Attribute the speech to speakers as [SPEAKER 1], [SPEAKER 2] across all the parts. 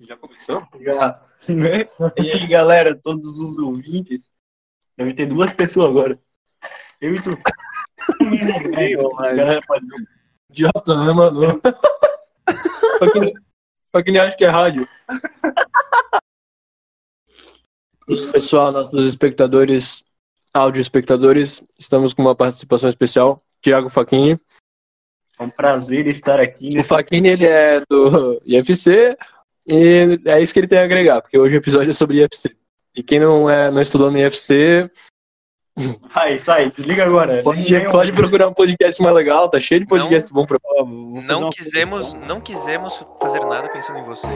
[SPEAKER 1] Já começou?
[SPEAKER 2] Já. Né? E aí, galera, todos os ouvintes. Deve ter duas pessoas agora. Eu e tu. Cara,
[SPEAKER 1] Idiota, né, mano? Só que, só que nem acho que é rádio.
[SPEAKER 3] Pessoal, nossos espectadores, áudio espectadores, estamos com uma participação especial. Tiago Faquini.
[SPEAKER 2] É um prazer estar aqui
[SPEAKER 3] O
[SPEAKER 2] nesse
[SPEAKER 3] Faquini, ele é do IFC e é isso que ele tem a agregar, porque hoje o episódio é sobre IFC. E quem não, é, não estudou no IFC,
[SPEAKER 2] Sai, sai, desliga agora. é
[SPEAKER 3] pode,
[SPEAKER 2] Ninguém-
[SPEAKER 3] pode procurar um podcast mais legal, tá cheio de podcast bom pra
[SPEAKER 4] Não quisemos, não quisemos fazer nada pensando em vocês.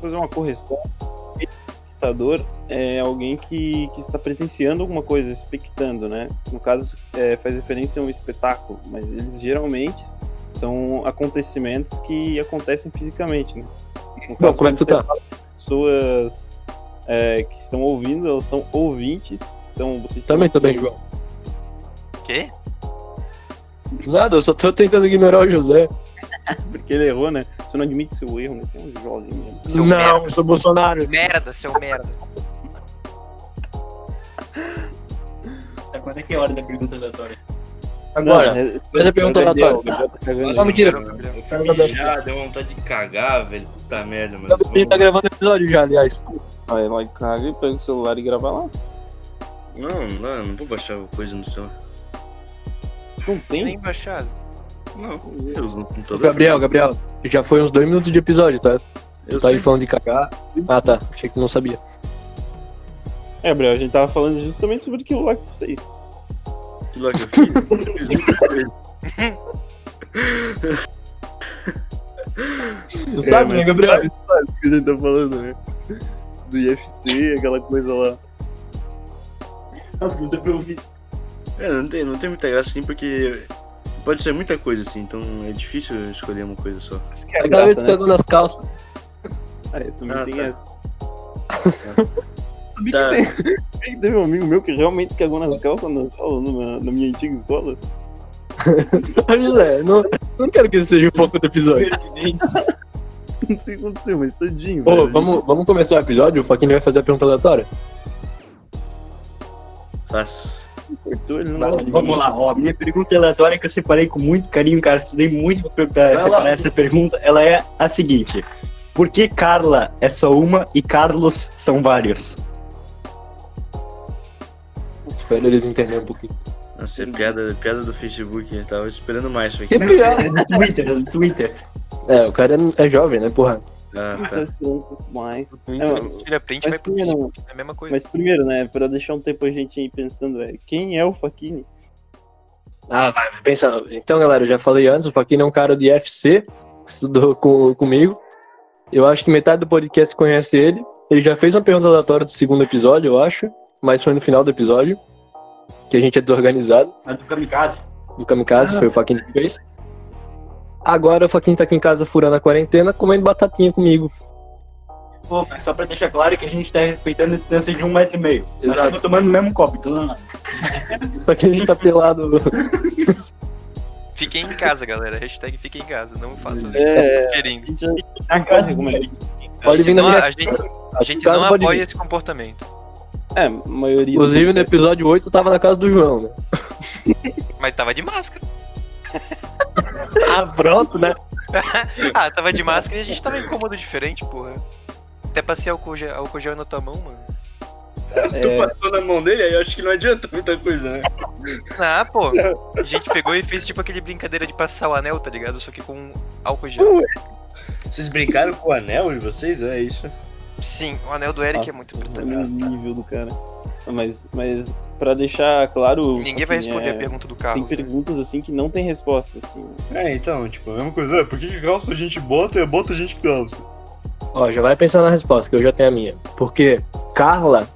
[SPEAKER 5] fazer uma corresponda. Espectador é alguém que, que está presenciando alguma coisa, expectando, né? No caso, é, faz referência a um espetáculo, mas eles geralmente são acontecimentos que acontecem fisicamente, né? No
[SPEAKER 3] Bom, como é que tu
[SPEAKER 5] quando
[SPEAKER 3] tá?
[SPEAKER 5] você fala de Pessoas é, que estão ouvindo, elas são ouvintes, então vocês
[SPEAKER 3] Também tô
[SPEAKER 5] são-
[SPEAKER 3] bem, João.
[SPEAKER 4] Quê?
[SPEAKER 3] Nada, eu só tô tentando ignorar o José.
[SPEAKER 5] Porque ele errou, né? Você não admite seu erro, né? Você é um jovem. né?
[SPEAKER 4] Seu
[SPEAKER 3] não,
[SPEAKER 4] merda.
[SPEAKER 3] eu sou Bolsonaro.
[SPEAKER 4] Merda, seu merda.
[SPEAKER 2] Tá, Quanto é que é a hora da pergunta aleatória?
[SPEAKER 3] Agora,
[SPEAKER 5] Não, é-
[SPEAKER 3] faz a pergunta
[SPEAKER 5] é o Gabriel,
[SPEAKER 3] aleatória.
[SPEAKER 5] o Gabriel tá cagando.
[SPEAKER 3] Só me tira.
[SPEAKER 6] Eu fui mijar, deu vontade de cagar, velho. Puta merda, mas.
[SPEAKER 3] Ele tá gravando episódio já, aliás.
[SPEAKER 5] Vai lá e caga e pega o celular e grava lá.
[SPEAKER 6] Não, não, não vou baixar coisa no celular.
[SPEAKER 5] Não tem?
[SPEAKER 4] Nem baixado.
[SPEAKER 6] Não, eu uso no
[SPEAKER 3] Ô,
[SPEAKER 6] computador.
[SPEAKER 3] Gabriel, Gabriel, já foi uns dois minutos de episódio, tá?
[SPEAKER 6] eu
[SPEAKER 3] tá
[SPEAKER 6] sei.
[SPEAKER 3] aí falando de cagar. Ah, tá. Achei que tu não sabia.
[SPEAKER 5] É, Gabriel, a gente tava falando justamente sobre aquilo lá que tu fez.
[SPEAKER 6] Que logo eu fiz. Eu fiz muita coisa.
[SPEAKER 3] Tu sabe, né, Gabriel?
[SPEAKER 5] Sabe o que a gente tá falando, né? Do IFC, aquela coisa lá.
[SPEAKER 2] Nossa, não deu pra ouvir.
[SPEAKER 6] É, não tem, não tem muita graça assim, porque pode ser muita coisa assim, então é difícil escolher uma coisa só.
[SPEAKER 5] Isso que é
[SPEAKER 3] Aquela vez que
[SPEAKER 5] graça,
[SPEAKER 3] tá
[SPEAKER 5] né?
[SPEAKER 3] nas calças.
[SPEAKER 5] Ah, eu também
[SPEAKER 6] Ah,
[SPEAKER 5] tem
[SPEAKER 6] tá.
[SPEAKER 5] essa. Sabia
[SPEAKER 6] Tá.
[SPEAKER 5] que, tem... que teve um amigo meu que realmente cagou nas calças na, escola, numa- na minha antiga escola?
[SPEAKER 3] José, não, não quero que esse seja o foco do episódio.
[SPEAKER 5] Não sei o que aconteceu, mas tadinho.
[SPEAKER 3] Ô,
[SPEAKER 5] velho.
[SPEAKER 3] vamos, vamos começar o episódio? O Faquinha vai fazer a pergunta aleatória?
[SPEAKER 6] Faço.
[SPEAKER 5] Cortou, ele não
[SPEAKER 3] Vai,
[SPEAKER 5] gosta de
[SPEAKER 2] Vamos
[SPEAKER 5] mim.
[SPEAKER 2] lá, ó. a Minha pergunta aleatória que eu separei com muito carinho, cara. Estudei muito pra, pra
[SPEAKER 3] lá.
[SPEAKER 2] separar essa pergunta. Ela é a seguinte: Por que Carla é só uma e Carlos são vários?
[SPEAKER 3] Espero eles entenderem um pouquinho.
[SPEAKER 6] Nossa, é piada, piada do Facebook, eu tava esperando mais isso aqui.
[SPEAKER 3] Que piada.
[SPEAKER 2] É do Twitter, é do Twitter.
[SPEAKER 3] É, o cara é, é jovem, né, porra?
[SPEAKER 6] Ah,
[SPEAKER 5] Não
[SPEAKER 6] tá.
[SPEAKER 5] tá esperando um pouco mais. É,
[SPEAKER 4] Twitter,
[SPEAKER 5] mas-
[SPEAKER 4] tira print e vai
[SPEAKER 5] mas
[SPEAKER 4] pro Facebook.
[SPEAKER 5] primeiro,
[SPEAKER 4] É a mesma coisa.
[SPEAKER 5] mas primeiro, né, pra deixar um tempo a gente aí pensando, é, quem é o Faquini?
[SPEAKER 3] Ah, vai, vai pensando. Então, galera, eu já falei antes, o Faquinha é um cara de FC, estudou com, comigo. Eu acho que metade do podcast conhece ele. Ele já fez uma pergunta aleatória do segundo episódio, eu acho, mas foi no final do episódio, que a gente é desorganizado.
[SPEAKER 2] A do Kamikaze.
[SPEAKER 3] do Kamikaze,
[SPEAKER 4] Ah.
[SPEAKER 3] foi o Faquinha que fez. Agora o Faquinha tá aqui em casa furando a quarentena, comendo batatinha comigo.
[SPEAKER 2] Pô, mas só pra deixar claro que a gente tá respeitando a distância de um metro e meio. Nós
[SPEAKER 3] Exato.
[SPEAKER 2] estamos tomando o mesmo copo, então não.
[SPEAKER 3] Só que a gente tá pelado.
[SPEAKER 4] Fiquem em casa, galera. Hashtag fiquem em casa. Não façam isso.
[SPEAKER 5] É, a
[SPEAKER 4] Sugerindo.
[SPEAKER 5] gente já
[SPEAKER 2] Na casa do
[SPEAKER 5] Recomendo.
[SPEAKER 4] A
[SPEAKER 3] Pode vir
[SPEAKER 4] gente
[SPEAKER 3] na
[SPEAKER 4] não,
[SPEAKER 3] minha
[SPEAKER 4] a gente, a gente
[SPEAKER 3] casa, Tá,
[SPEAKER 4] não
[SPEAKER 3] pode
[SPEAKER 4] apoia
[SPEAKER 3] vir.
[SPEAKER 4] esse comportamento.
[SPEAKER 5] É, a maioria.
[SPEAKER 3] Inclusive, no
[SPEAKER 5] né?
[SPEAKER 3] episódio 8 eu tava na casa do João, né?
[SPEAKER 4] Mas tava de máscara.
[SPEAKER 3] Ah, pronto, né?
[SPEAKER 4] ah, tava de máscara e a gente tava em cômodo diferente, porra. Até passei álcool gel, álcool gel na tua mão, mano.
[SPEAKER 5] É,
[SPEAKER 6] Passou na mão dele, aí eu acho que não adianta muita coisa, né?
[SPEAKER 4] Ah, pô. A gente pegou e fez tipo aquele brincadeira de passar o anel, tá ligado? Só que com álcool gel.
[SPEAKER 6] Vocês brincaram com o anel de vocês? É isso.
[SPEAKER 4] Sim, o anel do Eric é muito
[SPEAKER 5] Nossa,
[SPEAKER 4] britânico.
[SPEAKER 5] olha o nível do cara. Ah, Mas, mas pra deixar claro.
[SPEAKER 4] Ninguém vai
[SPEAKER 5] Faquinha,
[SPEAKER 4] responder
[SPEAKER 5] é,
[SPEAKER 4] a pergunta do
[SPEAKER 5] Tem
[SPEAKER 4] Carlos. né?
[SPEAKER 5] perguntas assim que não tem resposta, assim.
[SPEAKER 6] É, então, tipo, a mesma coisa, é, por que que calça a gente bota e bota a gente calça?
[SPEAKER 3] Ó, já vai pensando na resposta, que eu já tenho a minha. Porque Carla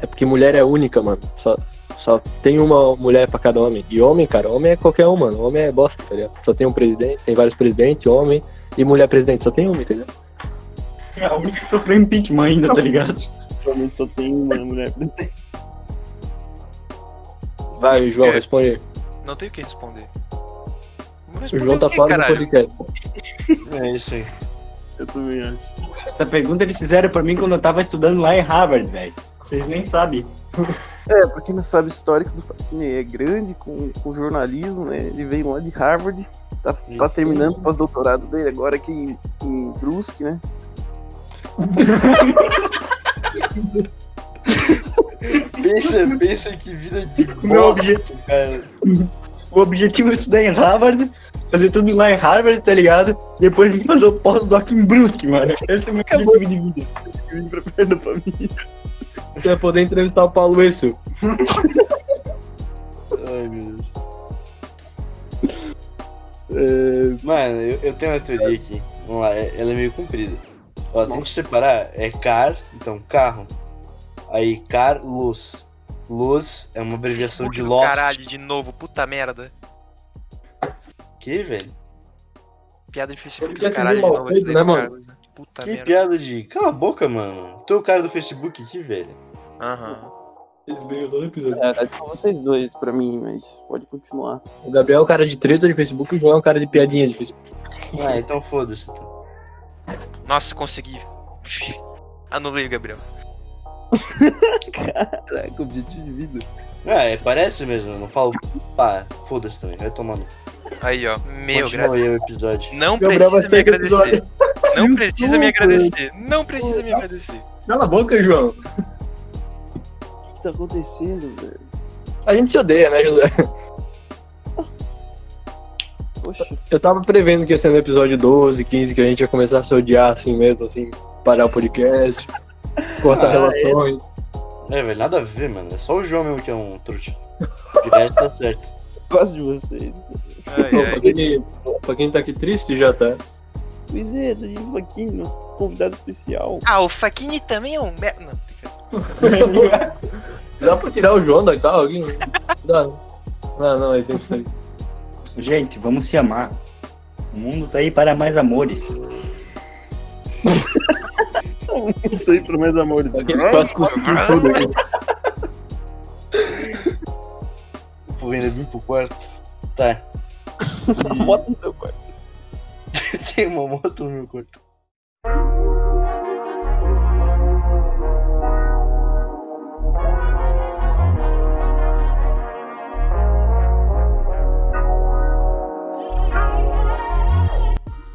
[SPEAKER 3] é porque mulher é única, mano. Só, Só tem uma mulher pra cada homem. E homem, cara, homem é qualquer um, mano. Homem é bosta, tá ligado? Só tem um presidente, tem vários presidentes, homem e mulher presidente. Só tem tá uma, entendeu?
[SPEAKER 2] É a única que sofreu impeachment ainda, tá ligado?
[SPEAKER 5] Provavelmente só tem uma mulher.
[SPEAKER 3] Vai, João,
[SPEAKER 4] É.
[SPEAKER 3] responde aí.
[SPEAKER 4] Não tenho o que responder. Vou
[SPEAKER 3] O
[SPEAKER 4] responder
[SPEAKER 3] João tá
[SPEAKER 4] quê,
[SPEAKER 3] fora do
[SPEAKER 4] caralho?
[SPEAKER 3] podcast.
[SPEAKER 6] É isso aí.
[SPEAKER 5] Eu também acho.
[SPEAKER 2] Essa pergunta eles fizeram pra mim quando eu tava estudando lá em Harvard, velho. Vocês nem sabem.
[SPEAKER 5] É, pra quem não sabe, o histórico do Fagner é grande com, com jornalismo, né? Ele veio lá de Harvard, tá, tá terminando o pós-doutorado dele agora aqui em, em Brusque, né?
[SPEAKER 6] Pensa, pensa que vida de
[SPEAKER 2] Meu
[SPEAKER 6] bosta, cara.
[SPEAKER 2] O objetivo era estudar em Harvard, fazer tudo lá em Harvard, tá ligado? Depois vim fazer o pós-doc em Brusque, mano. Esse é o meu objetivo de vida.
[SPEAKER 5] Eu vim pra perna pra mim.
[SPEAKER 3] Você vai poder entrevistar o Paulo Wilson.
[SPEAKER 6] Ai, meu Deus. Mano, eu, eu tenho uma teoria aqui. Vamos lá, é- ela é meio comprida. Ó, se a gente separar, é car, então carro. Aí car, luz. Luz é uma abreviação
[SPEAKER 4] Facebook
[SPEAKER 6] de
[SPEAKER 4] do
[SPEAKER 6] Lost.
[SPEAKER 4] Caralho, de novo, puta merda.
[SPEAKER 6] Que, velho?
[SPEAKER 4] Piada de Facebook
[SPEAKER 3] Ele quer
[SPEAKER 4] do caralho de
[SPEAKER 3] dizer
[SPEAKER 4] novo. isso
[SPEAKER 3] malfeito,
[SPEAKER 4] daí,
[SPEAKER 3] né,
[SPEAKER 4] cara? Puta
[SPEAKER 6] que
[SPEAKER 4] merda.
[SPEAKER 6] piada de. Cala a boca, mano. Tu é o cara do Facebook aqui, velho.
[SPEAKER 4] Aham.
[SPEAKER 5] É, são vocês dois pra mim, mas pode continuar.
[SPEAKER 3] O Gabriel é o cara de treta de Facebook e o João é o cara de piadinha de Facebook.
[SPEAKER 6] Ah, então foda-se. então.
[SPEAKER 4] Nossa, consegui. Anulei o Gabriel.
[SPEAKER 5] Caraca, objetivo de vida.
[SPEAKER 6] Ah, é, parece mesmo, eu não falo. Pá, foda-se também, vai tomar no.
[SPEAKER 4] Aí, ó. Meu,
[SPEAKER 6] Continua
[SPEAKER 4] graças.
[SPEAKER 6] aí o episódio.
[SPEAKER 4] Não
[SPEAKER 3] Gabriel vai
[SPEAKER 4] precisa me
[SPEAKER 3] sair do
[SPEAKER 4] agradecer. Não precisa me agradecer. Não precisa
[SPEAKER 3] tá.
[SPEAKER 4] me agradecer.
[SPEAKER 3] Cala a boca, João.
[SPEAKER 5] O que, que tá acontecendo, velho?
[SPEAKER 3] A gente se odeia, né, José?
[SPEAKER 5] Poxa,
[SPEAKER 3] Eu tava prevendo que ia ser no episódio 12, 15, que a gente ia começar a se odiar assim mesmo, assim, parar o podcast, cortar
[SPEAKER 5] Ah,
[SPEAKER 3] relações.
[SPEAKER 6] É, velho, nada a ver, mano. É só o João mesmo que é um trouxa. De resto tá certo.
[SPEAKER 5] gosto de vocês.
[SPEAKER 2] é.
[SPEAKER 3] Pô,
[SPEAKER 4] Ai,
[SPEAKER 3] pra,
[SPEAKER 4] ai.
[SPEAKER 3] quem, pra quem tá aqui triste já tá.
[SPEAKER 5] Pois é, tô de Faquinho, nosso convidado especial.
[SPEAKER 4] Ah, o Faquini também é um merda. Não, brincadeira.
[SPEAKER 3] Dá pra tirar o João da tal? Alguém? Dá. Não, não, aí tem que sair.
[SPEAKER 2] Gente, vamos se amar. O mundo tá aí para mais amores.
[SPEAKER 5] Tô aí é pro meus amores.
[SPEAKER 3] Aquele clássico
[SPEAKER 4] Ah,
[SPEAKER 3] cuspiu tudo aqui.
[SPEAKER 6] Pô, ainda vim pro quarto. Tá,
[SPEAKER 5] Bota no teu quarto.
[SPEAKER 6] tem uma moto no meu quarto.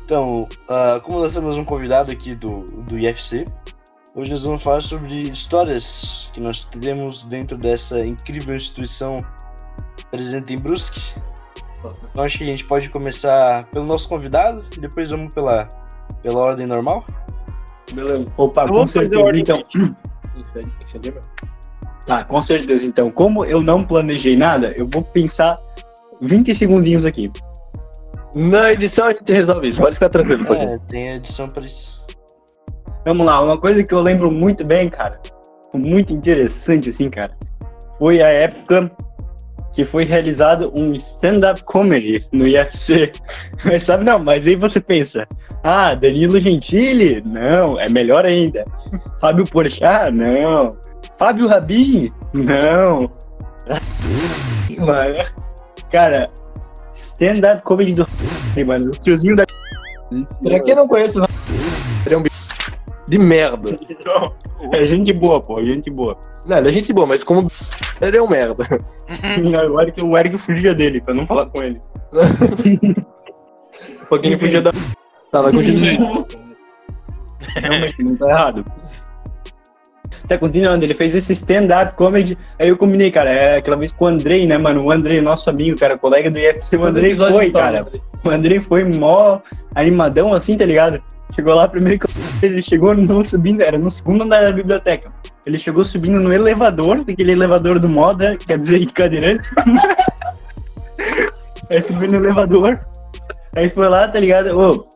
[SPEAKER 6] Então, ah, como nós temos um convidado aqui do, do IFC, hoje nós vamos falar sobre histórias que nós teremos dentro dessa incrível instituição presente em Brusque. Então acho que a gente pode começar pelo nosso convidado e depois vamos pela, pela ordem normal.
[SPEAKER 3] Beleza.
[SPEAKER 2] Opa, com
[SPEAKER 5] Vamos fazer a
[SPEAKER 2] certeza
[SPEAKER 5] ordem,
[SPEAKER 2] então.
[SPEAKER 3] Isso aí, isso aí, lembra?
[SPEAKER 2] Tá, com certeza então. Como eu não planejei nada, eu vou pensar 20 segundinhos aqui.
[SPEAKER 3] Na edição a gente resolve isso, pode ficar tranquilo. Pode.
[SPEAKER 6] É, tem edição pra isso.
[SPEAKER 2] Vamos lá, uma coisa que eu lembro muito bem, cara, muito interessante assim, cara, foi a época que foi realizado um stand-up comedy no IFC. Mas sabe, não, mas aí você pensa, ah, Danilo Gentili? Não, é melhor ainda. Fábio Porchat? Não. Fábio Rabin? Não. Mano, cara, stand-up comedy do... Mano, o tiozinho da...
[SPEAKER 3] Pra quem não conhece o ele é um bicho de merda.
[SPEAKER 2] É gente boa, pô, gente boa.
[SPEAKER 3] Não, ele é gente boa, mas como bicho, ele é um merda.
[SPEAKER 2] Não, O Eric, o Eric fugia dele, pra não falar com ele.
[SPEAKER 3] Pra quem podia dar. Tá, mas continua.
[SPEAKER 2] Realmente, não tá errado. Tá continuando, ele fez esse stand-up comedy. Aí eu combinei, cara, é aquela vez com o Andrei, né, mano? O Andrei, nosso amigo, cara, colega do IFC,
[SPEAKER 3] um
[SPEAKER 2] o Andrei foi, cara. O Andrei foi mó animadão assim, tá ligado? Chegou lá primeiro que eu- ele chegou no subindo, era no segundo andar da biblioteca. Ele chegou subindo no elevador, aquele elevador do moda, quer dizer, de cadeirante. aí subiu no elevador. Aí foi lá, tá ligado? Ô,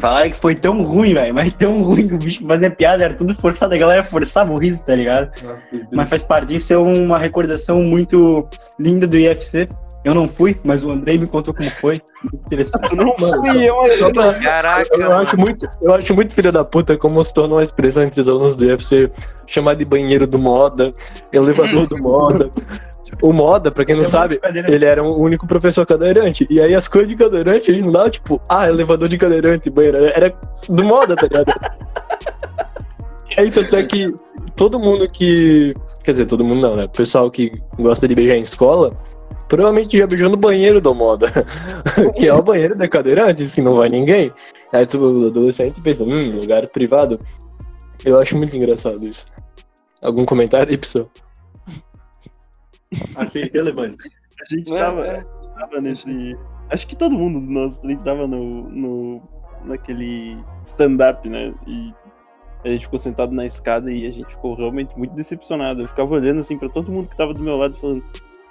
[SPEAKER 2] Falaram que foi tão ruim, velho, mas tão ruim que o bicho fazia piada, era tudo forçado, a galera forçava o riso, tá ligado? Mas faz parte, isso é uma recordação muito linda do IFC. Eu não fui, mas o Andrei me contou como foi. Muito interessante.
[SPEAKER 5] Tu não fui eu, mas
[SPEAKER 1] Só pra,
[SPEAKER 4] Caraca,
[SPEAKER 3] Eu
[SPEAKER 4] mano.
[SPEAKER 3] acho muito, eu acho muito filho da puta como se tornou uma expressão entre os alunos do UFC chamar de banheiro do moda, elevador do moda. O moda, pra
[SPEAKER 4] É
[SPEAKER 3] quem não sabe, ele era o único professor cadeirante. E aí as coisas de cadeirante, eles não davam, tipo, ah, elevador de cadeirante, banheiro. Era do moda, tá ligado? E aí tanto é que todo mundo que. Quer dizer, todo mundo não, né? O pessoal que gosta de beijar em escola, provavelmente já beijou no banheiro do moda. que é o banheiro da cadeirantes, que não vai ninguém. Aí tu, adolescente, pensa, hum, lugar privado. Eu acho muito engraçado isso. Algum comentário aí, pessoal?
[SPEAKER 2] Achei relevante.
[SPEAKER 5] a gente
[SPEAKER 6] É,
[SPEAKER 5] tava,
[SPEAKER 6] é.
[SPEAKER 5] a gente tava nesse. Acho que todo mundo de nós três tava no, no, naquele stand-up, né? E a gente ficou sentado na escada e a gente ficou realmente muito decepcionado. Eu ficava olhando assim pra todo mundo que tava do meu lado falando.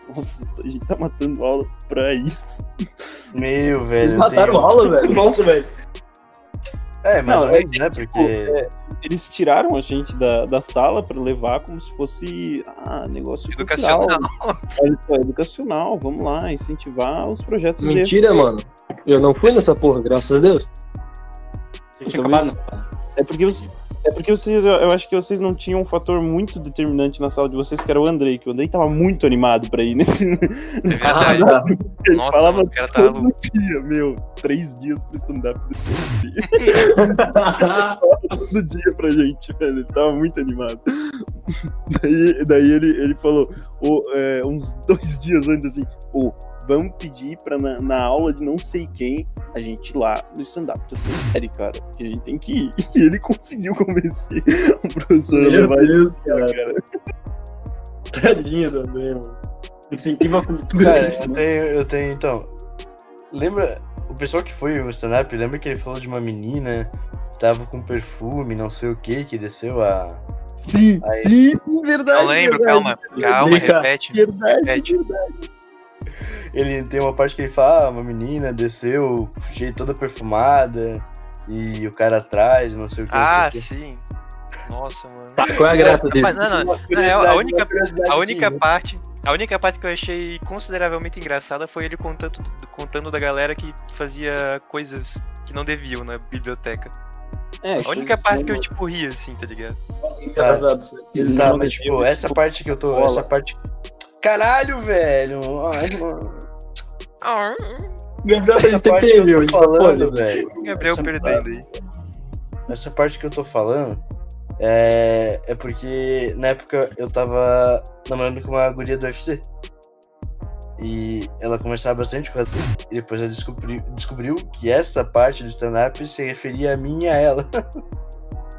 [SPEAKER 5] Nossa, a gente tá matando aula pra isso.
[SPEAKER 6] Meu, velho. eu tenho-
[SPEAKER 3] aula, velho?
[SPEAKER 1] Nossa, velho.
[SPEAKER 6] É, mais
[SPEAKER 5] Não,
[SPEAKER 6] ou
[SPEAKER 5] é
[SPEAKER 6] menos, né? Porque.
[SPEAKER 5] Eles tiraram a gente da, da sala pra levar como se fosse ah, negócio
[SPEAKER 4] Educacional.
[SPEAKER 5] cultural. Olha só, educacional, vamos lá, incentivar os projetos do
[SPEAKER 3] Mentira,
[SPEAKER 5] IFC.
[SPEAKER 3] mano. Eu não fui nessa porra, graças a Deus.
[SPEAKER 2] Tinha
[SPEAKER 5] Talvez-
[SPEAKER 2] acabado.
[SPEAKER 5] Então, É porque vocês, é porque vocês, eu eu acho que vocês não tinham um fator muito determinante na sala de vocês, que era o Andrei, que o Andrei tava muito animado pra ir nesse.
[SPEAKER 4] É verdade.
[SPEAKER 3] Ah,
[SPEAKER 5] Ele
[SPEAKER 4] Nossa,
[SPEAKER 5] falava
[SPEAKER 4] mano, o cara tá
[SPEAKER 5] todo
[SPEAKER 4] louco.
[SPEAKER 5] dia, meu, três dias pro stand-up do dia. todo dia pra gente, velho. Ele tava muito animado. Daí, daí ele, ele falou, ô, é, uns dois dias antes, assim, ô, vamos pedir pra na, na aula de não sei quem a gente ir lá no stand-up do Terry, cara. Que a gente tem que ir. E ele conseguiu convencer o professor a
[SPEAKER 2] Meu
[SPEAKER 5] levar ele,
[SPEAKER 2] Deus, cara.
[SPEAKER 5] cara.
[SPEAKER 2] Tadinho do Andrei, mano. Incentiva a cultura.
[SPEAKER 6] Cara,
[SPEAKER 2] isso, né?
[SPEAKER 6] eu
[SPEAKER 2] mano.
[SPEAKER 6] tenho, eu tenho, então. Lembra. O pessoal que foi no stand-up, lembra que ele falou de uma menina que tava com perfume, não sei o que, que desceu a.
[SPEAKER 5] Sim,
[SPEAKER 6] Aí.
[SPEAKER 5] sim, sim, verdade.
[SPEAKER 4] Não lembro,
[SPEAKER 5] verdade,
[SPEAKER 4] calma. Calma,
[SPEAKER 3] Explica.
[SPEAKER 4] repete.
[SPEAKER 5] Verdade,
[SPEAKER 4] Repete.
[SPEAKER 5] verdade.
[SPEAKER 6] Ele tem uma parte que ele fala, ah, uma menina desceu, cheia toda perfumada, e o cara atrás, não sei o que.
[SPEAKER 4] Ah,
[SPEAKER 6] não sei o quê.
[SPEAKER 4] sim. Nossa, mano.
[SPEAKER 3] tá, qual é a graça
[SPEAKER 4] Mas
[SPEAKER 3] disso?
[SPEAKER 4] não, não,
[SPEAKER 6] Uma
[SPEAKER 4] Na real,
[SPEAKER 6] curiosidade,
[SPEAKER 4] a única,
[SPEAKER 6] uma curiosidade um
[SPEAKER 4] a única
[SPEAKER 6] que-
[SPEAKER 4] parte. A única parte que eu achei consideravelmente engraçada foi ele contando, contando da galera que fazia coisas que não deviam na biblioteca.
[SPEAKER 5] É,
[SPEAKER 4] A única parte que eu, tipo, ri, assim, tá ligado?
[SPEAKER 6] Tá, mas tipo, essa parte que eu tô.
[SPEAKER 5] Bola.
[SPEAKER 6] Essa parte. Caralho, velho! Ai, mano.
[SPEAKER 4] Ah,
[SPEAKER 3] Gabriel,
[SPEAKER 6] Essa parte que eu
[SPEAKER 2] é
[SPEAKER 6] tô
[SPEAKER 2] né?
[SPEAKER 6] falando, velho.
[SPEAKER 4] Gabriel
[SPEAKER 6] Essa-
[SPEAKER 4] perdendo aí.
[SPEAKER 6] Essa parte que eu tô falando é, é porque na época eu tava namorando com uma guria do UFC. E ela conversava bastante com ela. E depois ela descobri, descobriu que essa parte do stand-up se referia a mim e a ela.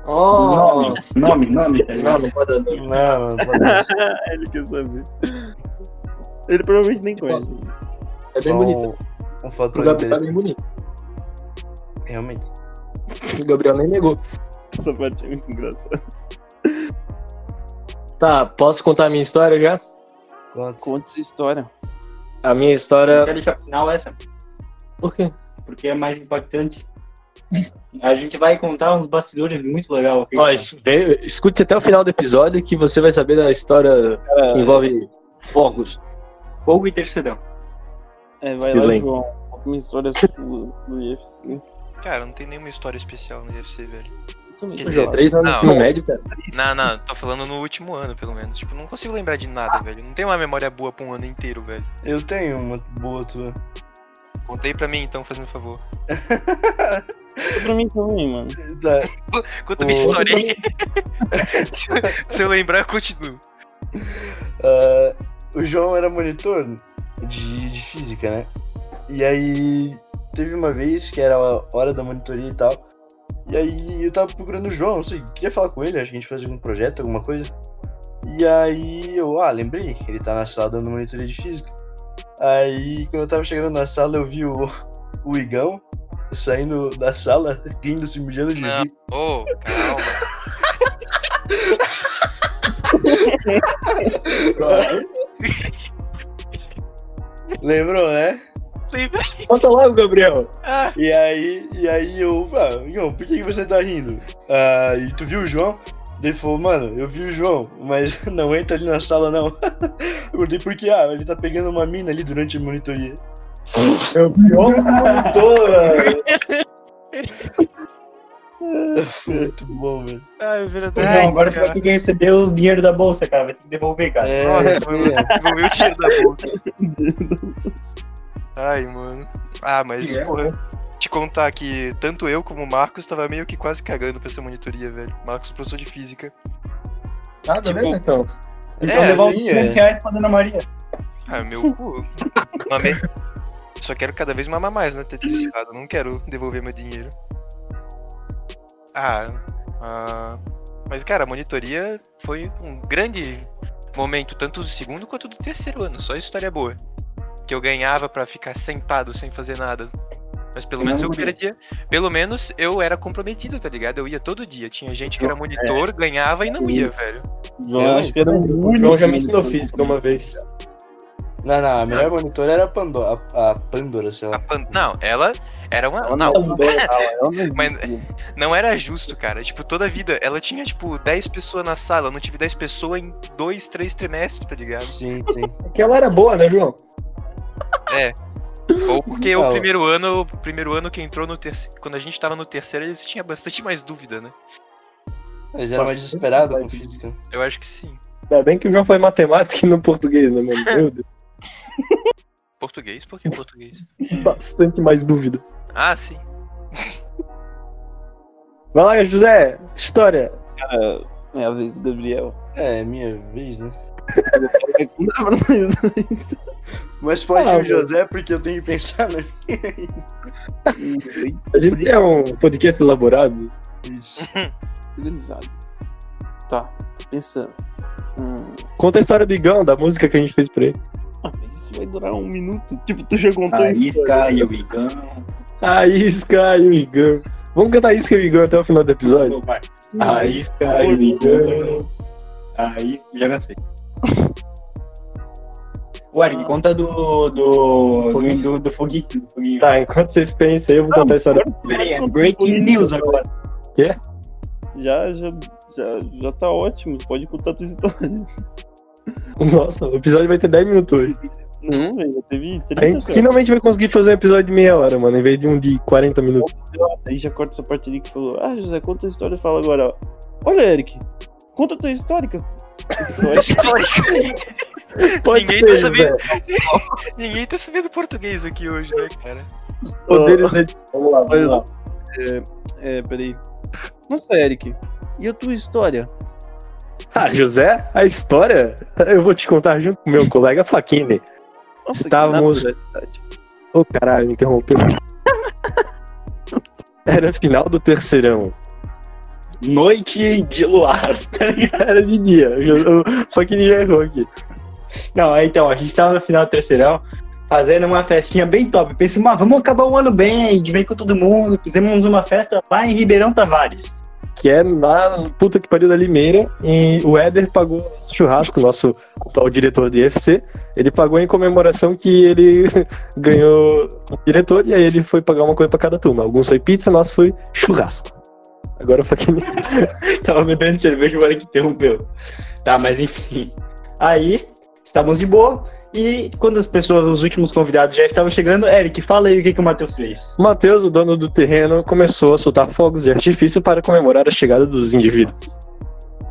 [SPEAKER 3] Oh,
[SPEAKER 2] Nome, nome, nome, tá
[SPEAKER 3] não,
[SPEAKER 2] ligado?
[SPEAKER 3] não pode andar.
[SPEAKER 6] Não, não, não.
[SPEAKER 5] ele quer saber. Ele provavelmente
[SPEAKER 2] Tipo,
[SPEAKER 5] nem conhece.
[SPEAKER 3] É
[SPEAKER 6] Só
[SPEAKER 3] bem bonito.
[SPEAKER 6] Um, um
[SPEAKER 3] Pro
[SPEAKER 6] fator
[SPEAKER 3] Gabriel é
[SPEAKER 6] interessante.
[SPEAKER 3] bem bonito.
[SPEAKER 6] Realmente.
[SPEAKER 3] O Gabriel nem negou.
[SPEAKER 5] Essa parte é muito engraçada.
[SPEAKER 3] Tá, posso contar a minha história já?
[SPEAKER 6] Quanto?
[SPEAKER 5] Conta sua história.
[SPEAKER 3] A minha
[SPEAKER 2] Eu
[SPEAKER 3] história.
[SPEAKER 2] quero deixar pro final essa,
[SPEAKER 3] Por quê?
[SPEAKER 2] porque é mais impactante. A gente vai contar uns bastidores muito legal aqui.
[SPEAKER 3] Ó, es- vê- escute até o final do episódio que você vai saber da história que envolve fogos.
[SPEAKER 2] Fogo e terceirão.
[SPEAKER 5] É, vai lá,
[SPEAKER 3] Silêncio.
[SPEAKER 5] João. Conta Uma história sua do UFC.
[SPEAKER 4] Cara, não tem nenhuma história especial no UFC, velho.
[SPEAKER 5] Eu também.
[SPEAKER 4] Que
[SPEAKER 3] Pô, João,
[SPEAKER 4] dizer,
[SPEAKER 3] três anos
[SPEAKER 4] não.
[SPEAKER 3] no médio, cara.
[SPEAKER 4] Não, não, tô falando no último ano, pelo menos. Tipo, não consigo lembrar de nada, velho. Não tenho uma memória boa pra um ano inteiro, velho.
[SPEAKER 6] Eu tenho uma boa tua.
[SPEAKER 4] Contei pra mim, então, fazendo favor.
[SPEAKER 5] Conta pra mim também, mano.
[SPEAKER 6] Tá,
[SPEAKER 4] Conta minha
[SPEAKER 6] Ô.
[SPEAKER 4] história aí. se, eu, se eu lembrar, eu continuo.
[SPEAKER 6] Ah, o João era monitor de, de física, né? E aí teve uma vez que era a hora da monitoria e tal. E aí eu tava procurando o João, não sei, queria falar com ele, acho que a gente fazia algum projeto, alguma coisa. E aí eu, ah, lembrei, ele tá na sala dando monitoria de física. Aí quando eu tava chegando na sala eu vi o, o Igão saindo da sala, rindo, se mijando de
[SPEAKER 4] Não.
[SPEAKER 6] rir.
[SPEAKER 4] Ô, calma.
[SPEAKER 6] Lembrou, né?
[SPEAKER 4] conta aí, velho.
[SPEAKER 3] Conta logo, Gabriel.
[SPEAKER 4] Ah,
[SPEAKER 6] E aí, e aí eu, ah, Igão, por que, que você tá rindo? Ah, e tu viu o João? Daí Ele falou, mano, eu vi o João, mas não entra ali na sala não. Eu perguntei por que, ah, ele tá pegando uma mina ali durante a monitoria.
[SPEAKER 3] Eu tô, velho.
[SPEAKER 6] Muito bom, velho.
[SPEAKER 4] ah, é verdade.
[SPEAKER 2] Não, agora tu
[SPEAKER 4] cara.
[SPEAKER 2] vai ter que receber os dinheiro da bolsa, cara. Vai ter que devolver, cara.
[SPEAKER 6] É,
[SPEAKER 4] Nossa,
[SPEAKER 6] é.
[SPEAKER 4] Devolveu o tiro da boca. Ai, mano. Ah, mas,
[SPEAKER 1] Que é,
[SPEAKER 4] porra, te contar que tanto eu como o Marcos tava meio que quase cagando pra essa monitoria, velho. Marcos, professor de física.
[SPEAKER 1] Nada a ver,
[SPEAKER 4] Tipo,
[SPEAKER 1] né, então.
[SPEAKER 2] Então
[SPEAKER 4] é,
[SPEAKER 2] levar uns
[SPEAKER 6] aí
[SPEAKER 2] 500
[SPEAKER 6] é.
[SPEAKER 2] reais pra Dona Maria.
[SPEAKER 4] Ah, meu cu. Mamei. Só quero cada vez mamar mais né? no tetrificado. Não quero devolver meu dinheiro. Ah, ah. Mas, cara, a monitoria foi um grande momento, tanto do segundo quanto do terceiro ano. Só história boa. Que eu ganhava pra ficar sentado sem fazer nada. Mas pelo menos eu perdia. Pelo menos eu era comprometido, tá ligado? Eu ia todo dia. Tinha gente que era monitor, ganhava e não ia, velho.
[SPEAKER 5] João,
[SPEAKER 3] Eu
[SPEAKER 5] acho que era um
[SPEAKER 3] O João já me ensinou física uma vez.
[SPEAKER 6] Não, não, a melhor monitora era a Pandora, a, a Pandora, sei
[SPEAKER 4] A
[SPEAKER 6] lá.
[SPEAKER 4] Pan- Não, ela era uma.
[SPEAKER 5] Ela
[SPEAKER 4] não,
[SPEAKER 5] não mudou, ela- ela não
[SPEAKER 4] Mas-
[SPEAKER 5] existia.
[SPEAKER 4] Não era justo, cara. Tipo, toda a vida ela tinha, tipo, 10 pessoas na sala. Eu não tive 10 pessoas em 2, 3 trimestres, tá ligado?
[SPEAKER 6] Sim, sim.
[SPEAKER 3] Porque ela era boa, né, João?
[SPEAKER 4] Ou porque o
[SPEAKER 6] Não.
[SPEAKER 4] primeiro ano, o primeiro ano que entrou no terceiro. Quando a gente tava no terceiro, eles tinham bastante mais dúvida, né?
[SPEAKER 6] Mas era mais desesperada com física.
[SPEAKER 4] Eu acho que sim.
[SPEAKER 3] Ainda bem que o João foi matemática e não português, né, mano? Meu Deus,
[SPEAKER 4] Português? Por que português?
[SPEAKER 3] bastante mais dúvida.
[SPEAKER 4] Ah, sim.
[SPEAKER 3] Vai lá, José. História.
[SPEAKER 5] É, é a vez do Gabriel.
[SPEAKER 6] É, é minha vez, né?
[SPEAKER 5] Não, mas-
[SPEAKER 6] Mas pode
[SPEAKER 3] Ah,
[SPEAKER 6] ir o José, porque eu tenho que pensar né? na
[SPEAKER 3] A gente é um podcast elaborado.
[SPEAKER 6] Isso.
[SPEAKER 5] Organizado. Tá, tô pensando. Hum,
[SPEAKER 3] Conta a história do Igão, da música que a gente fez pra ele.
[SPEAKER 5] ah, mas isso vai durar um minuto. Tipo, tu já contou
[SPEAKER 3] Ah,
[SPEAKER 2] A
[SPEAKER 5] isso.
[SPEAKER 2] isca e o Igão.
[SPEAKER 3] A isca e o Igão. Vamos cantar a isca e o Igão até o final do episódio?
[SPEAKER 2] A isca e o Igão. Aí, já cansei. Ué, Eric, conta do. do. do, do, do foguinho. Do foguinho.
[SPEAKER 3] Tá, enquanto vocês pensam aí, eu vou contar a história.
[SPEAKER 2] Pera aí, é breaking news agora.
[SPEAKER 5] Já, já, já, já tá ótimo. Pode contar tua história.
[SPEAKER 3] Nossa, o episódio vai ter 10 minutos hoje.
[SPEAKER 5] Não,
[SPEAKER 2] Hum?
[SPEAKER 5] velho, já teve
[SPEAKER 3] A
[SPEAKER 5] 30
[SPEAKER 3] gente
[SPEAKER 5] cara.
[SPEAKER 3] finalmente vai conseguir fazer um episódio de meia hora, mano, em vez de um de 40 minutos.
[SPEAKER 5] Aí já corta essa parte ali que falou: Ah, José, conta tua história. Fala agora, ó. Olha, Eric, conta tua histórica. História.
[SPEAKER 4] Histórico.
[SPEAKER 3] Pode
[SPEAKER 4] Ninguém tá
[SPEAKER 3] ser,
[SPEAKER 4] sabendo.
[SPEAKER 3] José.
[SPEAKER 4] Ninguém tá sabendo português aqui hoje, né, cara?
[SPEAKER 3] Os poderes da edição. Vamos lá, vamos lá.
[SPEAKER 5] É, peraí. Nossa, Eric, e a tua história?
[SPEAKER 3] Ah, José, a história eu vou te contar junto com meu colega Faquini.
[SPEAKER 5] Nossa, que
[SPEAKER 3] Estávamos-
[SPEAKER 5] nada, verdade.
[SPEAKER 3] Ô, caralho, me interrompeu. Era final do terceirão.
[SPEAKER 2] Noite de luar.
[SPEAKER 3] Era de dia. O o Faquini já errou aqui.
[SPEAKER 2] Não, aí, então, a gente tava no final do terceirão, fazendo uma festinha bem top. Pensei, mas vamos acabar o ano bem, de bem com todo mundo. Fizemos uma festa lá em Ribeirão Tavares.
[SPEAKER 3] Que é lá, no puta que pariu da Limeira. E o Éder pagou o nosso churrasco, nosso atual diretor de IFC. Ele pagou em comemoração que ele ganhou o diretor e aí ele foi pagar uma coisa pra cada turma. Alguns foi pizza, nosso foi churrasco. Agora o Faquini
[SPEAKER 2] Tava bebendo cerveja, o que interrompeu. Tá, mas enfim. Aí, estávamos de boa. E quando as pessoas, os últimos convidados já estavam chegando, Eric, fala aí o que, que o Matheus fez.
[SPEAKER 3] Mateus, o dono do terreno, começou a soltar fogos de artifício para comemorar a chegada dos indivíduos.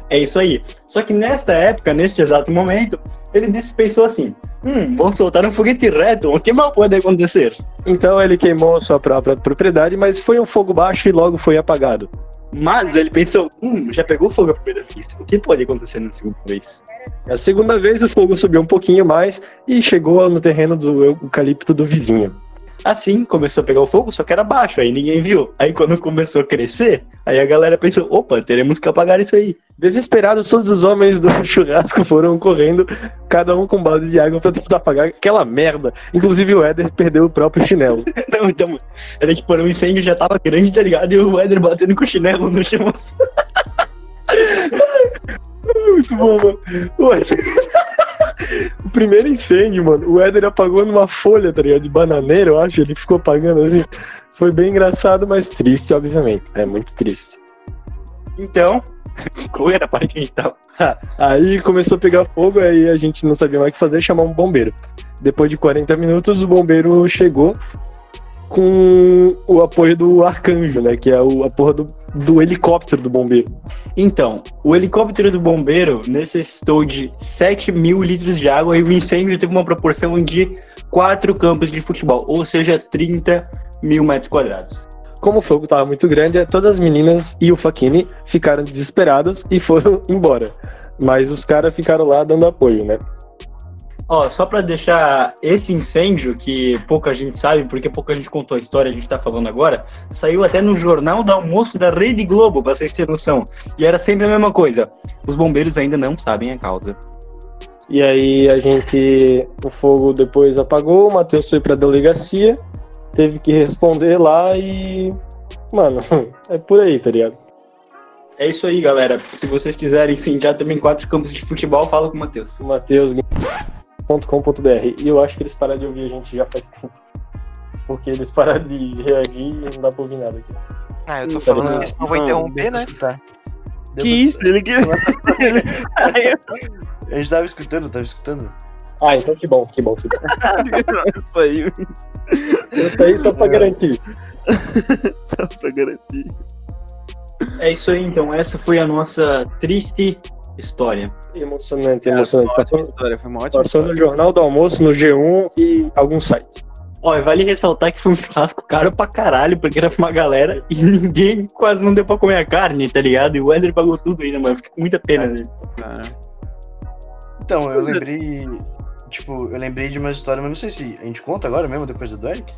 [SPEAKER 2] É isso aí. Só que nesta época, neste exato momento, ele disse, pensou assim: hum, vão soltar um foguete reto, o que mal pode acontecer?
[SPEAKER 3] Então ele queimou sua própria propriedade, mas foi um fogo baixo e logo foi apagado.
[SPEAKER 2] Mas ele pensou, hum, já pegou fogo a primeira vez. O que pode acontecer na segunda vez?
[SPEAKER 3] A segunda vez o fogo subiu um pouquinho mais e chegou no terreno do eucalipto do vizinho.
[SPEAKER 2] Assim, começou a pegar o fogo, só que era baixo, aí ninguém viu. Aí quando começou a crescer, aí a galera pensou, opa, teremos que apagar isso aí.
[SPEAKER 3] Desesperados, todos os homens do churrasco foram correndo, cada um com um balde de água para tentar apagar aquela merda. Inclusive o Éder perdeu o próprio chinelo.
[SPEAKER 2] Não, então, era tipo, era um incêndio já tava grande, tá ligado? E o Éder batendo com o chinelo no chão. assim.
[SPEAKER 3] Muito bom, mano. O Éder- O primeiro incêndio, mano, o Éder apagou numa folha, tá ligado? De bananeira, eu acho. Ele ficou apagando assim. Foi bem engraçado, mas triste, obviamente. É muito triste.
[SPEAKER 2] Então, qual era a parte que a gente tava?
[SPEAKER 3] Aí começou a pegar fogo, aí a gente não sabia mais o que fazer, chamamos um bombeiro. Depois de 40 minutos, o bombeiro chegou com o apoio do arcanjo, né? Que é o, a porra do, do helicóptero do bombeiro.
[SPEAKER 2] Então, o helicóptero do bombeiro necessitou de 7 mil litros de água e o incêndio teve uma proporção de 4 campos de futebol, ou seja, 30 mil metros quadrados.
[SPEAKER 3] Como o fogo tava muito grande, todas as meninas e o Fakini ficaram desesperadas e foram embora. Mas os caras ficaram lá dando apoio, né?
[SPEAKER 2] Ó, só pra deixar esse incêndio, que pouca gente sabe, porque pouca gente contou a história, a gente tá falando agora, saiu até no Jornal do Almoço da Rede Globo, pra vocês terem noção. E era sempre a mesma coisa. Os bombeiros ainda não sabem a causa.
[SPEAKER 3] E aí a gente. O fogo depois apagou, o Matheus foi pra delegacia, teve que responder lá e. Mano, é por aí, tá ligado?
[SPEAKER 2] É isso aí, galera. Se vocês quiserem incendiar também quatro campos de futebol, fala com o Matheus.
[SPEAKER 3] Mateus.com.br E eu acho que eles pararam de ouvir a gente já faz tempo. Porque eles pararam de reagir e não dá pra ouvir nada aqui.
[SPEAKER 4] Ah, eu tô falando
[SPEAKER 5] ligado?
[SPEAKER 4] que senão eu vou
[SPEAKER 5] Não,
[SPEAKER 4] interromper, né?
[SPEAKER 6] Tá. Deu
[SPEAKER 5] Que
[SPEAKER 6] pra-
[SPEAKER 5] isso? Ele que. ele...
[SPEAKER 6] A gente tava escutando, tava escutando.
[SPEAKER 3] Ah, então que bom, que bom, que bom.
[SPEAKER 5] Saiu
[SPEAKER 3] Eu saí só pra garantir.
[SPEAKER 5] só pra garantir.
[SPEAKER 2] É isso aí, então. Essa foi a nossa triste história.
[SPEAKER 3] Emocionante,
[SPEAKER 5] Foi
[SPEAKER 3] emocionante.
[SPEAKER 5] uma
[SPEAKER 3] Passou,
[SPEAKER 5] ótima história, foi uma ótima
[SPEAKER 3] passou
[SPEAKER 5] história.
[SPEAKER 3] no Jornal do Almoço, no G1 e algum site.
[SPEAKER 2] Ó, e vale ressaltar que foi um churrasco caro pra caralho, porque era pra uma galera e ninguém quase não deu pra comer a carne, tá ligado? E o Ender pagou tudo ainda, mano. Fiquei com muita pena dele.
[SPEAKER 5] Cara.
[SPEAKER 6] Então, eu
[SPEAKER 4] é.
[SPEAKER 6] lembrei. Tipo, eu lembrei de uma história, mas não sei se a gente conta agora mesmo, depois do Eric.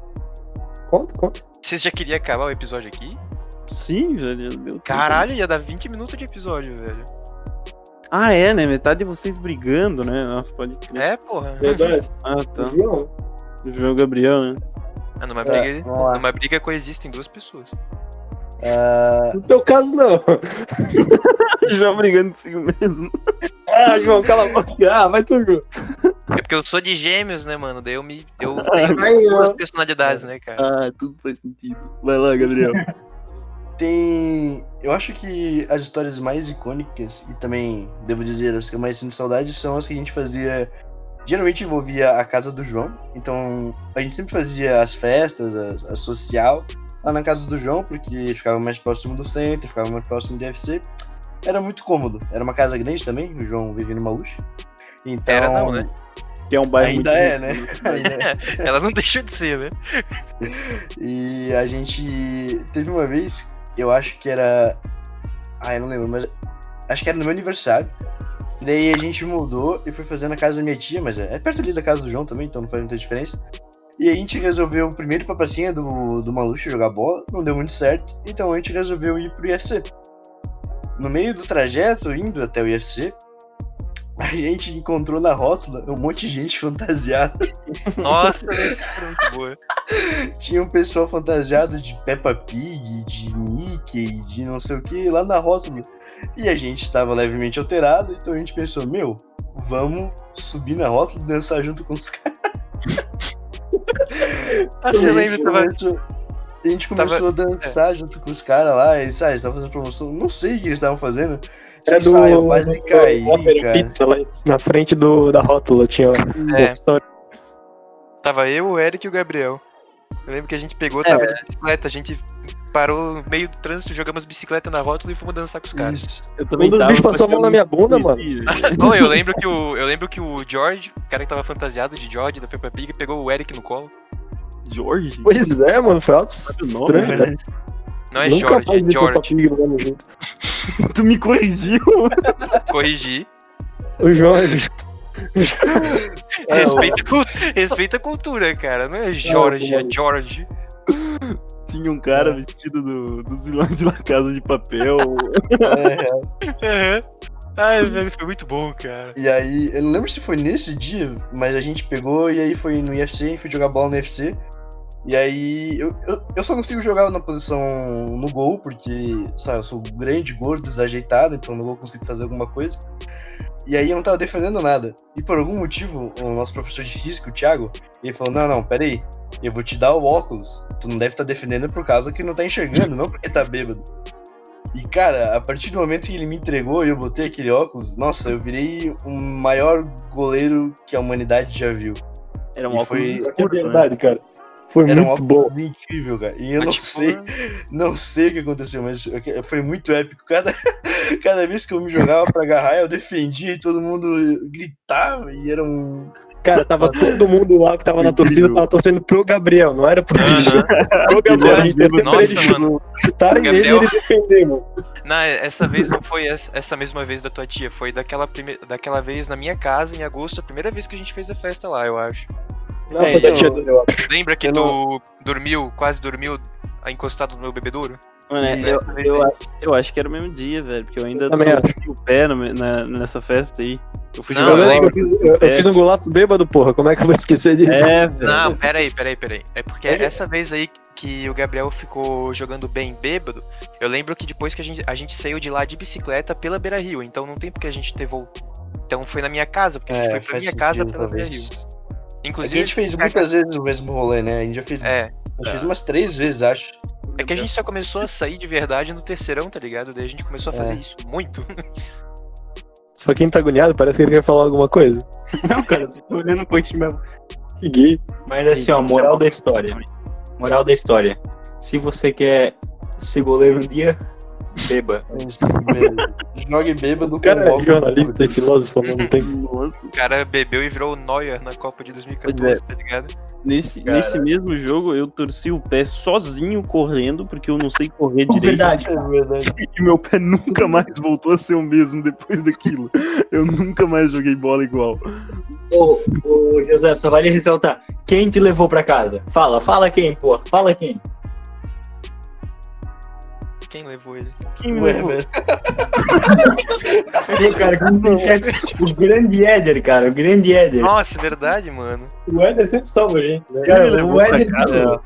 [SPEAKER 3] Conta, conta.
[SPEAKER 4] Vocês já queriam acabar o episódio aqui?
[SPEAKER 5] Sim, já já deu. tempo.
[SPEAKER 4] Caralho, ia dar 20 minutos de episódio, velho.
[SPEAKER 5] Ah, é, né? Metade de vocês brigando, né? Nossa, pode crer.
[SPEAKER 4] É, porra.
[SPEAKER 3] Verdade.
[SPEAKER 5] Ah, tá.
[SPEAKER 3] João,
[SPEAKER 5] O João Gabriel, né?
[SPEAKER 4] Ah, numa
[SPEAKER 6] É,
[SPEAKER 4] briga,
[SPEAKER 6] vamos lá.
[SPEAKER 4] numa briga coexistem duas pessoas.
[SPEAKER 6] Ah,
[SPEAKER 3] No teu caso, não.
[SPEAKER 5] João brigando consigo mesmo.
[SPEAKER 3] Ah, João, cala a boca. Ah, vai tu, João.
[SPEAKER 4] É porque eu sou de gêmeos, né, mano? Daí eu me. Eu tenho duas personalidades, né, cara?
[SPEAKER 5] Ah, tudo faz sentido. Vai lá, Gabriel.
[SPEAKER 6] tem. Eu acho que as histórias mais icônicas, e também, devo dizer, as que eu mais sinto saudade, são as que a gente fazia. Geralmente envolvia a casa do João. Então, a gente sempre fazia as festas, a, a social, lá na casa do João, porque ficava mais próximo do centro, ficava mais próximo do UFC. Era muito cômodo. Era uma casa grande também, o João vivia numa luxo. Então,
[SPEAKER 4] Era não, né?
[SPEAKER 5] Que é um bairro
[SPEAKER 6] Ainda
[SPEAKER 5] muito
[SPEAKER 6] é, né?
[SPEAKER 5] Ainda é.
[SPEAKER 4] Ela não deixou de ser, né?
[SPEAKER 6] E a gente teve uma vez, eu acho que era. Ah, eu não lembro, mas acho que era no meu aniversário. Daí a gente mudou e foi fazer na casa da minha tia, mas é é perto ali da casa do João também, então não faz muita diferença. E a gente resolveu primeiro ir pra pracinha do, do Maluxo jogar bola, não deu muito certo, então a gente resolveu ir pro IFC. No meio do trajeto, indo até o IFC, a gente encontrou na rótula um monte de gente fantasiada.
[SPEAKER 4] Nossa, essa história é muito boa.
[SPEAKER 6] Tinha um pessoal fantasiado de Peppa Pig, de Mickey, de não sei o que, lá na rótula. E a gente estava levemente alterado, então a gente pensou, meu, vamos subir na rótula e dançar junto com os caras.
[SPEAKER 4] Ah,
[SPEAKER 6] E
[SPEAKER 4] você
[SPEAKER 6] a
[SPEAKER 4] lembra?
[SPEAKER 6] gente
[SPEAKER 4] Tava...
[SPEAKER 6] começou- A gente começou a dançar junto com os caras lá, eles, ah, eles estavam fazendo promoção, não sei o que eles estavam fazendo.
[SPEAKER 3] É
[SPEAKER 6] Sei
[SPEAKER 3] do.
[SPEAKER 6] lá, eu quase caí,
[SPEAKER 3] do
[SPEAKER 2] um
[SPEAKER 3] Opera
[SPEAKER 6] cara.
[SPEAKER 3] Pizza, lá em- na frente do, da rótula tinha. um.
[SPEAKER 4] É.
[SPEAKER 3] Só-
[SPEAKER 4] Tava eu, o Eric e o Gabriel. Eu lembro que a gente
[SPEAKER 6] É.
[SPEAKER 4] pegou, tava de bicicleta, a gente parou no meio do trânsito, jogamos bicicleta na rótula e fomos dançar com os caras.
[SPEAKER 6] Isso.
[SPEAKER 5] Eu também
[SPEAKER 3] Um dos
[SPEAKER 5] tava.
[SPEAKER 3] bichos passou a mão na minha bunda, mano.
[SPEAKER 5] né?
[SPEAKER 4] Não, eu lembro que o. Eu lembro que o George, o cara que tava fantasiado de George da Peppa Pig, pegou o Eric no colo.
[SPEAKER 5] George?
[SPEAKER 3] Pois é, mano, foi alto
[SPEAKER 5] o nome,
[SPEAKER 6] é
[SPEAKER 3] estranho,
[SPEAKER 5] né?
[SPEAKER 3] cara.
[SPEAKER 4] Não é
[SPEAKER 3] Nunca
[SPEAKER 4] George,
[SPEAKER 3] mais vi
[SPEAKER 4] é
[SPEAKER 3] Peppa
[SPEAKER 4] George.
[SPEAKER 3] Pig jogando junto.
[SPEAKER 5] Tu me corrigiu?
[SPEAKER 4] Corrigi.
[SPEAKER 3] O João é
[SPEAKER 6] É,
[SPEAKER 4] respeita, a cult- respeita a cultura, cara. Não é George, é George.
[SPEAKER 5] Tinha um cara vestido do, dos vilões de La Casa de Papel.
[SPEAKER 6] É,
[SPEAKER 4] Aham. Ai, velho, foi muito bom, cara.
[SPEAKER 6] E aí, eu não lembro se foi nesse dia, mas a gente pegou e aí foi no UFC, fui jogar bola no UFC. E aí, eu, eu, eu só consigo jogar na posição no gol, porque, sabe, eu sou grande, gordo, desajeitado, então no gol eu consigo fazer alguma coisa. E aí eu não tava defendendo nada. E por algum motivo, o nosso professor de física, o Thiago, ele falou: Não, não, peraí, eu vou te dar o óculos. Tu não deve estar defendendo por causa que não tá enxergando, não porque tá bêbado. E cara, a partir do momento que ele me entregou e eu botei aquele óculos, nossa, eu virei o maior goleiro que a humanidade já viu.
[SPEAKER 5] Era um
[SPEAKER 6] E
[SPEAKER 5] óculos
[SPEAKER 6] foi-
[SPEAKER 5] escuro,
[SPEAKER 2] É
[SPEAKER 5] né?
[SPEAKER 2] verdade, cara. Foi
[SPEAKER 6] Era um
[SPEAKER 2] muito bom.
[SPEAKER 6] óculos incrível, cara. E eu
[SPEAKER 4] Mas,
[SPEAKER 6] não
[SPEAKER 4] tipo,
[SPEAKER 6] sei, não sei o que aconteceu, mas foi muito épico. Cada, cada vez que eu me jogava pra agarrar, eu defendia e todo mundo gritava e era um.
[SPEAKER 3] Cara, tava todo mundo lá que tava na torcida, tava torcendo pro Gabriel, não era
[SPEAKER 4] Ah,
[SPEAKER 3] pro Cristiano. Pro Gabriel, a gente
[SPEAKER 4] Nossa,
[SPEAKER 3] torceu pra ele chu-
[SPEAKER 4] mano.
[SPEAKER 3] chutarem ele e
[SPEAKER 4] Gabriel.
[SPEAKER 3] ele defender, mano.
[SPEAKER 4] Não, essa vez não foi essa, essa mesma vez da tua tia, foi daquela, prime... daquela vez na minha casa, em agosto, a primeira vez que a gente fez a festa lá, eu acho.
[SPEAKER 3] Não,
[SPEAKER 6] É,
[SPEAKER 3] foi da
[SPEAKER 6] eu-
[SPEAKER 3] tia
[SPEAKER 5] então.
[SPEAKER 3] dele, eu acho.
[SPEAKER 4] Lembra que
[SPEAKER 6] Eu
[SPEAKER 4] tu
[SPEAKER 6] não-
[SPEAKER 4] dormiu, quase dormiu encostado no meu bebedouro?
[SPEAKER 5] Mano, é,
[SPEAKER 4] Isso.
[SPEAKER 5] eu, eu, acho- eu acho que era o mesmo dia, velho, porque eu ainda
[SPEAKER 3] também
[SPEAKER 5] torci o pé no- na- nessa festa aí. Eu fui
[SPEAKER 4] Não,
[SPEAKER 3] Eu
[SPEAKER 5] jogar
[SPEAKER 3] lembro
[SPEAKER 5] bola.
[SPEAKER 3] que eu fiz, eu- eu
[SPEAKER 5] É.
[SPEAKER 3] fiz um golaço bêbado, porra. Como é que eu vou esquecer disso?
[SPEAKER 5] É, velho.
[SPEAKER 4] Não, peraí, peraí, peraí. É porque essa vez aí que o Gabriel ficou jogando bem bêbado, eu lembro que depois que a gente, a gente saiu de lá de bicicleta pela Beira Rio, então não tem porque a gente ter voltado. Então foi na minha casa, porque a gente
[SPEAKER 6] É,
[SPEAKER 4] foi pra
[SPEAKER 6] faz
[SPEAKER 4] minha casa
[SPEAKER 6] sentido,
[SPEAKER 4] pela Beira
[SPEAKER 6] talvez.
[SPEAKER 4] Rio.
[SPEAKER 6] É que
[SPEAKER 4] Inclusive,
[SPEAKER 6] a gente fez muitas vezes o mesmo rolê, né? A gente já fez,
[SPEAKER 4] é,
[SPEAKER 6] a gente fez umas três vezes, acho.
[SPEAKER 4] é que a gente só começou a sair de verdade no terceirão, tá ligado? Daí a gente começou a fazer
[SPEAKER 6] É.
[SPEAKER 4] isso muito.
[SPEAKER 3] Só quem tá agoniado parece que ele quer falar alguma coisa.
[SPEAKER 2] Não, cara, você tá olhando pra isso mesmo. Fiquei. Mas assim, ó, moral da história. Moral da história. Se você quer ser goleiro um dia, beba.
[SPEAKER 6] é Jogue bêbado
[SPEAKER 3] O cara
[SPEAKER 6] com
[SPEAKER 3] é jornalista e filósofo, mano, não tem
[SPEAKER 5] Nossa.
[SPEAKER 4] O cara bebeu e virou o Neuer na Copa de
[SPEAKER 6] é.
[SPEAKER 4] 2014, tá ligado?
[SPEAKER 5] Nesse, nesse mesmo jogo, eu torci o pé sozinho correndo, porque eu não sei correr
[SPEAKER 2] É
[SPEAKER 5] direito.
[SPEAKER 2] verdade,
[SPEAKER 6] É verdade.
[SPEAKER 5] E meu pé nunca mais voltou a ser o mesmo depois daquilo. Eu nunca mais joguei bola igual.
[SPEAKER 2] Ô, ô, José, só vale ressaltar. Quem te levou pra casa? Fala, fala quem, pô. Fala quem.
[SPEAKER 4] Quem levou ele?
[SPEAKER 5] Quem me
[SPEAKER 6] Ué,
[SPEAKER 5] levou?
[SPEAKER 6] velho.
[SPEAKER 2] Pô, cara, como você esquece? O grande Éder, cara. O grande Éder.
[SPEAKER 4] Nossa, é verdade, mano.
[SPEAKER 1] O
[SPEAKER 2] é
[SPEAKER 1] Éder sempre salva a gente, né?
[SPEAKER 5] Quem me
[SPEAKER 2] Cara,
[SPEAKER 5] levou
[SPEAKER 2] o
[SPEAKER 5] pra
[SPEAKER 2] Éder,
[SPEAKER 5] casa?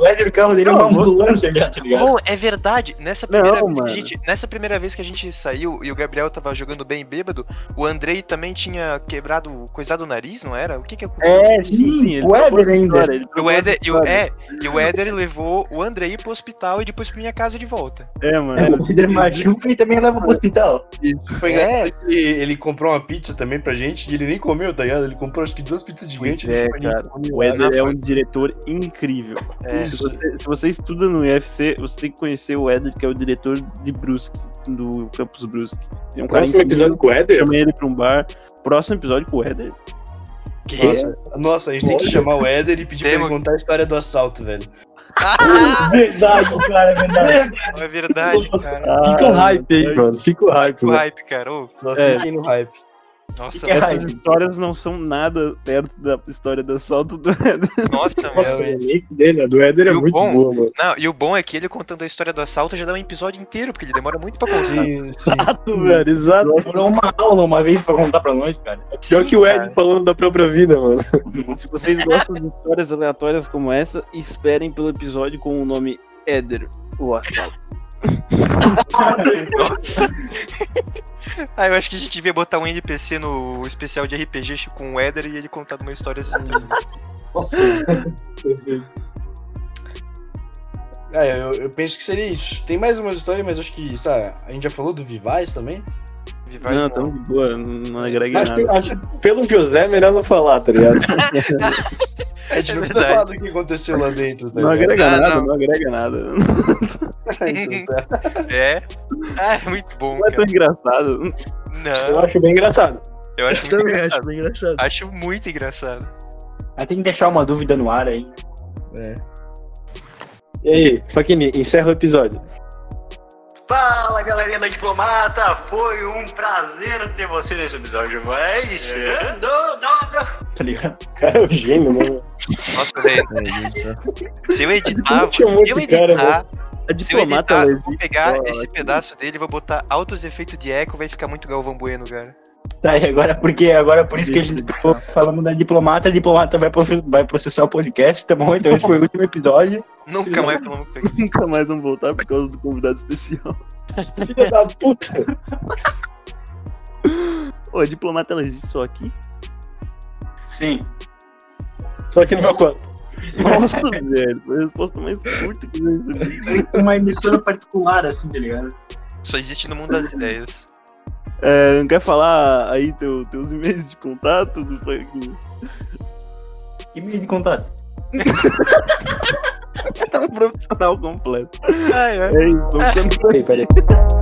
[SPEAKER 2] o Éder, o carro dele é uma
[SPEAKER 5] Não,
[SPEAKER 2] ambulância já, tá ligado?
[SPEAKER 4] Bom, é verdade. Nessa primeira, vez que a
[SPEAKER 5] mano.
[SPEAKER 4] gente, nessa primeira vez que a gente saiu e o Gabriel tava jogando bem bêbado, o Andrei também tinha quebrado, coisado o nariz, não era? O que que aconteceu?
[SPEAKER 5] É, sim, sim.
[SPEAKER 2] Sim, o Éder
[SPEAKER 5] trocou essa
[SPEAKER 2] ainda.
[SPEAKER 5] história, ele
[SPEAKER 4] E o
[SPEAKER 5] trocou essa
[SPEAKER 4] Éder, e o,
[SPEAKER 5] história.
[SPEAKER 4] é, e o Éder levou o Andrei pro hospital e depois pra minha casa de volta.
[SPEAKER 5] É, mano.
[SPEAKER 2] É, o Éder machuca e também leva pro hospital.
[SPEAKER 6] Isso foi
[SPEAKER 4] É.
[SPEAKER 6] engraçado que ele comprou uma pizza também pra gente e ele nem comeu, tá ligado? Ele comprou acho que duas pizzas tipo, gigantes.
[SPEAKER 5] Pois é,
[SPEAKER 6] ele
[SPEAKER 5] cara.
[SPEAKER 6] comeu.
[SPEAKER 5] O Éder é um diretor incrível.
[SPEAKER 4] É.
[SPEAKER 5] Se, você, se você estuda no UFC, você tem que conhecer o Éder, que é o diretor de Brusque, do Campus Brusque. Ele É um cara
[SPEAKER 3] Próximo
[SPEAKER 5] incrível,
[SPEAKER 3] episódio com o Éder?
[SPEAKER 5] Chama ele pra um bar. Próximo episódio com o Éder.
[SPEAKER 4] Que
[SPEAKER 6] Nossa, nossa, a gente tem que chamar o Éder e pedir pra
[SPEAKER 4] Temos-
[SPEAKER 6] ele contar a história do assalto, velho.
[SPEAKER 4] Ah,
[SPEAKER 2] Verdade, cara, é verdade.
[SPEAKER 4] é verdade, cara.
[SPEAKER 5] Ah,
[SPEAKER 3] Fica o hype aí, mano. Fica o hype,
[SPEAKER 4] O
[SPEAKER 3] mano.
[SPEAKER 4] hype, cara. Ô,
[SPEAKER 6] Só
[SPEAKER 5] É.
[SPEAKER 6] fiquem no hype.
[SPEAKER 4] nossa,
[SPEAKER 2] Fica
[SPEAKER 5] Essas histórias não são nada perto da história do assalto do Éder.
[SPEAKER 2] É,
[SPEAKER 4] nossa,
[SPEAKER 3] Nossa,
[SPEAKER 4] mano.
[SPEAKER 3] a link dele, a
[SPEAKER 2] né?
[SPEAKER 3] do Éder é
[SPEAKER 4] E o
[SPEAKER 3] muito
[SPEAKER 4] bom?
[SPEAKER 3] boa, mano.
[SPEAKER 4] Não, e o bom é que ele contando a história do assalto já dá um episódio inteiro, porque ele demora muito pra contar.
[SPEAKER 6] Sim, sim.
[SPEAKER 3] Exato, velho, exato.
[SPEAKER 2] Demorou uma aula uma vez pra contar pra nós, cara.
[SPEAKER 3] Pior que o Ed falando da própria vida, mano.
[SPEAKER 5] Se vocês gostam de histórias aleatórias como essa, esperem pelo episódio com o nome Éder, o assalto.
[SPEAKER 4] Nossa. ah, eu acho que a gente devia botar um NPC no especial de RPG com o Éder e ele contando uma história assim.
[SPEAKER 1] Nossa,
[SPEAKER 6] É, eu, eu penso que seria isso. Tem mais uma história, mas acho que, sabe, a gente já falou do Vivais também.
[SPEAKER 4] Vivaz,
[SPEAKER 5] Não, tamo de boa, não agrega
[SPEAKER 3] Acho,
[SPEAKER 5] nada.
[SPEAKER 3] que- acho que pelo José, melhor não falar, tá ligado?
[SPEAKER 6] A gente
[SPEAKER 4] É
[SPEAKER 6] não precisa
[SPEAKER 4] verdade.
[SPEAKER 6] falar do que aconteceu lá dentro, tá
[SPEAKER 5] Não
[SPEAKER 6] ligado?
[SPEAKER 5] agrega
[SPEAKER 4] Ah,
[SPEAKER 5] nada,
[SPEAKER 4] não.
[SPEAKER 5] não agrega nada.
[SPEAKER 6] Então, tá.
[SPEAKER 4] É. Ah, é muito bom,
[SPEAKER 5] Não é tão
[SPEAKER 4] cara.
[SPEAKER 5] engraçado.
[SPEAKER 3] Eu
[SPEAKER 4] Não,
[SPEAKER 3] acho bem engraçado.
[SPEAKER 4] eu acho muito
[SPEAKER 6] Também acho
[SPEAKER 4] engraçado.
[SPEAKER 6] bem engraçado.
[SPEAKER 4] Acho muito engraçado.
[SPEAKER 2] Mas tem que deixar uma dúvida no ar aí.
[SPEAKER 3] E aí, Faquini, encerra o episódio.
[SPEAKER 2] Fala galerinha da Diplomata, foi um prazer ter você nesse episódio, mas. Não, não, não. É, Tá ligado?
[SPEAKER 3] O cara é um gênio, mano.
[SPEAKER 4] Nossa, velho. Se eu editar,
[SPEAKER 3] Como que chamou
[SPEAKER 4] se eu
[SPEAKER 3] esse cara,
[SPEAKER 4] editar, se
[SPEAKER 5] A
[SPEAKER 4] eu
[SPEAKER 5] diplomata
[SPEAKER 4] editar,
[SPEAKER 5] ela
[SPEAKER 4] vou pegar
[SPEAKER 5] edita,
[SPEAKER 4] esse pedaço dele e vou botar altos efeitos de eco, vai ficar muito Galvão Bueno, cara.
[SPEAKER 2] Tá, e agora por quê? Agora é por isso que a gente ficou falando da Diplomata, a Diplomata vai, profe- vai processar o podcast, tá bom? Então esse foi o último episódio.
[SPEAKER 4] Nunca mais falamos com ele.
[SPEAKER 5] nunca mais vão voltar por causa do convidado especial.
[SPEAKER 3] Filha da puta.
[SPEAKER 5] Ô, a diplomata ela existe só aqui?
[SPEAKER 2] Sim.
[SPEAKER 3] Só que no meu quarto.
[SPEAKER 5] Nossa, velho. Foi a resposta mais curta que eu já recebi.
[SPEAKER 2] Uma emissora particular, assim, tá ligado?
[SPEAKER 4] Só existe no mundo das ideias.
[SPEAKER 5] É, não quer falar aí teu, teus e-mails de contato do Frank?
[SPEAKER 2] E meio de contato.
[SPEAKER 5] É um profissional completo.
[SPEAKER 4] Ai, ai.
[SPEAKER 5] É isso. vamos ter-
[SPEAKER 3] Peraí, peraí.